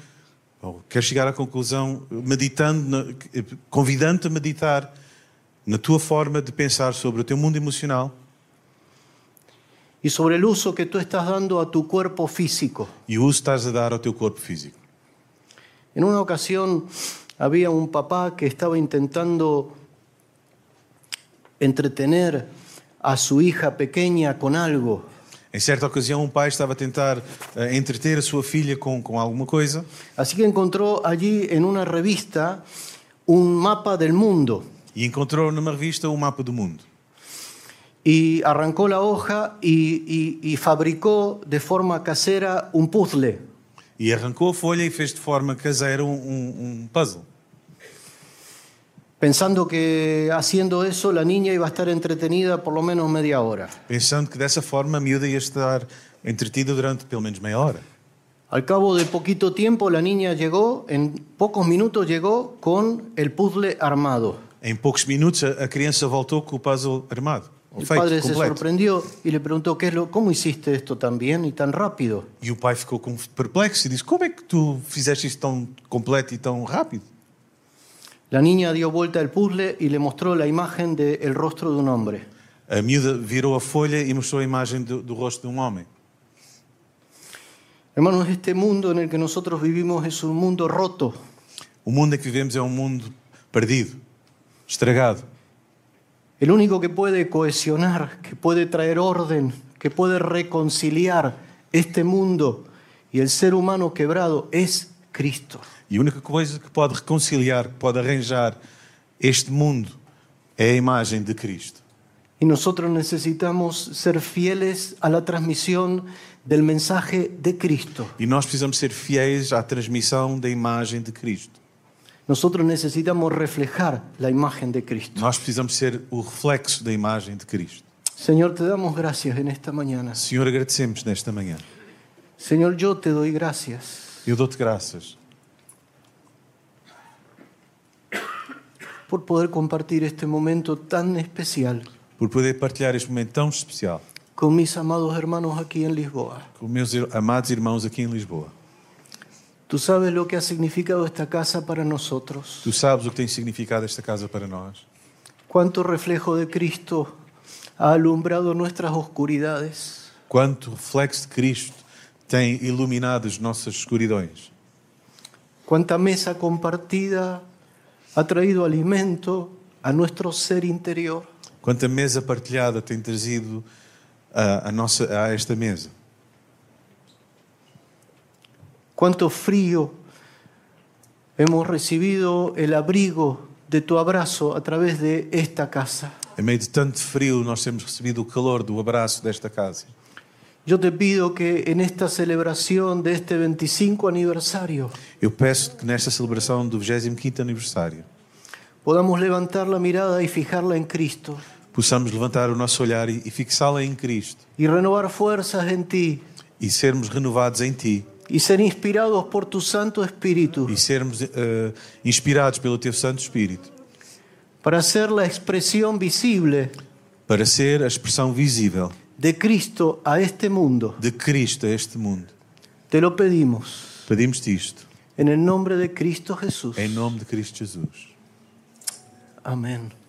B: ou quero chegar à conclusão, meditando, na- convidando-te a meditar na tua forma de pensar sobre o teu mundo emocional
A: y sobre el uso que tú estás dando a tu cuerpo físico.
B: e o uso que estás a dar ao teu corpo físico.
A: En una ocasión había un papá que estaba intentando entretener a su hija pequeña con algo.
B: Em certa ocasião, um pai estava a tentar eh, entreter a sua filha com, com alguma coisa
A: Así que encontró allí en una revista un mapa del mundo
B: e encontrou numa revista o mapa do mundo.
A: y arrancó la hoja y, y- y fabricó de forma casera un puzzle.
B: E arrancou a folha e fez de forma caseira um, um- um puzzle.
A: Pensando que haciendo eso la niña iba a estar entretenida por lo menos media hora.
B: Pensando que dessa forma a miúda ia estar entretida durante pelo menos meia hora.
A: Al cabo de poquito tiempo la niña llegó, en pocos minutos llegó con el puzzle armado.
B: Em poucos minutos a, a criança voltou com o puzzle armado,
A: El
B: feito,
A: padre é se
B: completo.
A: sorprendió y le preguntó, ¿Qué es lo, ¿cómo hiciste esto tan bien y tan rápido?
B: E o pai ficou com- perplexo e disse: Como é que tu fizeste isto tão completo e tão rápido?
A: La niña dio vuelta al puzzle y le mostró la imagen del rostro de un hombre.
B: A miúda virou a folha e mostrou a imagem do, do rosto de um homem.
A: Hermanos, este mundo en el que nosotros vivimos es un mundo roto,
B: O mundo em que vivemos é um mundo perdido, estragado.
A: El único que puede cohesionar, que puede traer orden, que puede reconciliar este mundo y el ser humano quebrado es Cristo.
B: E a única coisa que pode reconciliar, que pode arranjar este mundo é a imagem de Cristo.
A: Y nosotros necesitamos ser fieles a la transmisión del mensaje de Cristo.
B: E nós precisamos ser fiéis à transmissão da imagem de Cristo.
A: Nosotros necesitamos reflejar la imagen de Cristo.
B: Nós precisamos ser o reflexo da imagem de Cristo.
A: Señor, te damos gracias en esta mañana.
B: Senhor, agradecemos nesta manhã.
A: Señor, yo te doy gracias
B: Eu dou-te graças
A: por poder compartir este momento tan especial
B: por poder partilhar este momento tão especial
A: con mis amados hermanos aquí en Lisboa.
B: com meus ir- amados irmãos aqui em Lisboa.
A: Tú sabes lo que ha significado esta casa para nosotros.
B: Tu sabes o que tem significado esta casa para nós.
A: Cuánto reflejo de Cristo ha alumbrado nuestras oscuridades.
B: Quanto reflexo de Cristo tem iluminado as nossas escuridões.
A: Cuánta mesa compartida ha traído alimento a nuestro ser interior.
B: Quanta mesa partilhada tem trazido ah, a, a nossa, a esta mesa.
A: Cuánto frío hemos recibido el abrigo de tu abrazo a través de esta casa.
B: Em meio de tanto frio, nós temos recebido o calor do abraço desta casa.
A: Yo te pido que en esta celebración de este 25 aniversario
B: Eu peço que nesta celebração do 25º aniversário,
A: podamos levantar la mirada y fijarla en Cristo.
B: possamos levantar o nosso olhar e, e fixá-la em Cristo
A: y renovar fuerzas en ti
B: e sermos renovados em Ti
A: y ser inspirados por tu Santo Espíritu
B: e sermos eh, inspirados pelo Teu Santo Espírito
A: para ser la expresión visible
B: para ser a expressão visível
A: de Cristo a este mundo.
B: de Cristo a este mundo.
A: Te lo pedimos
B: Pedimos-te isto
A: en el nombre de Cristo Jesús.
B: em nome de Cristo Jesus.
A: Amén.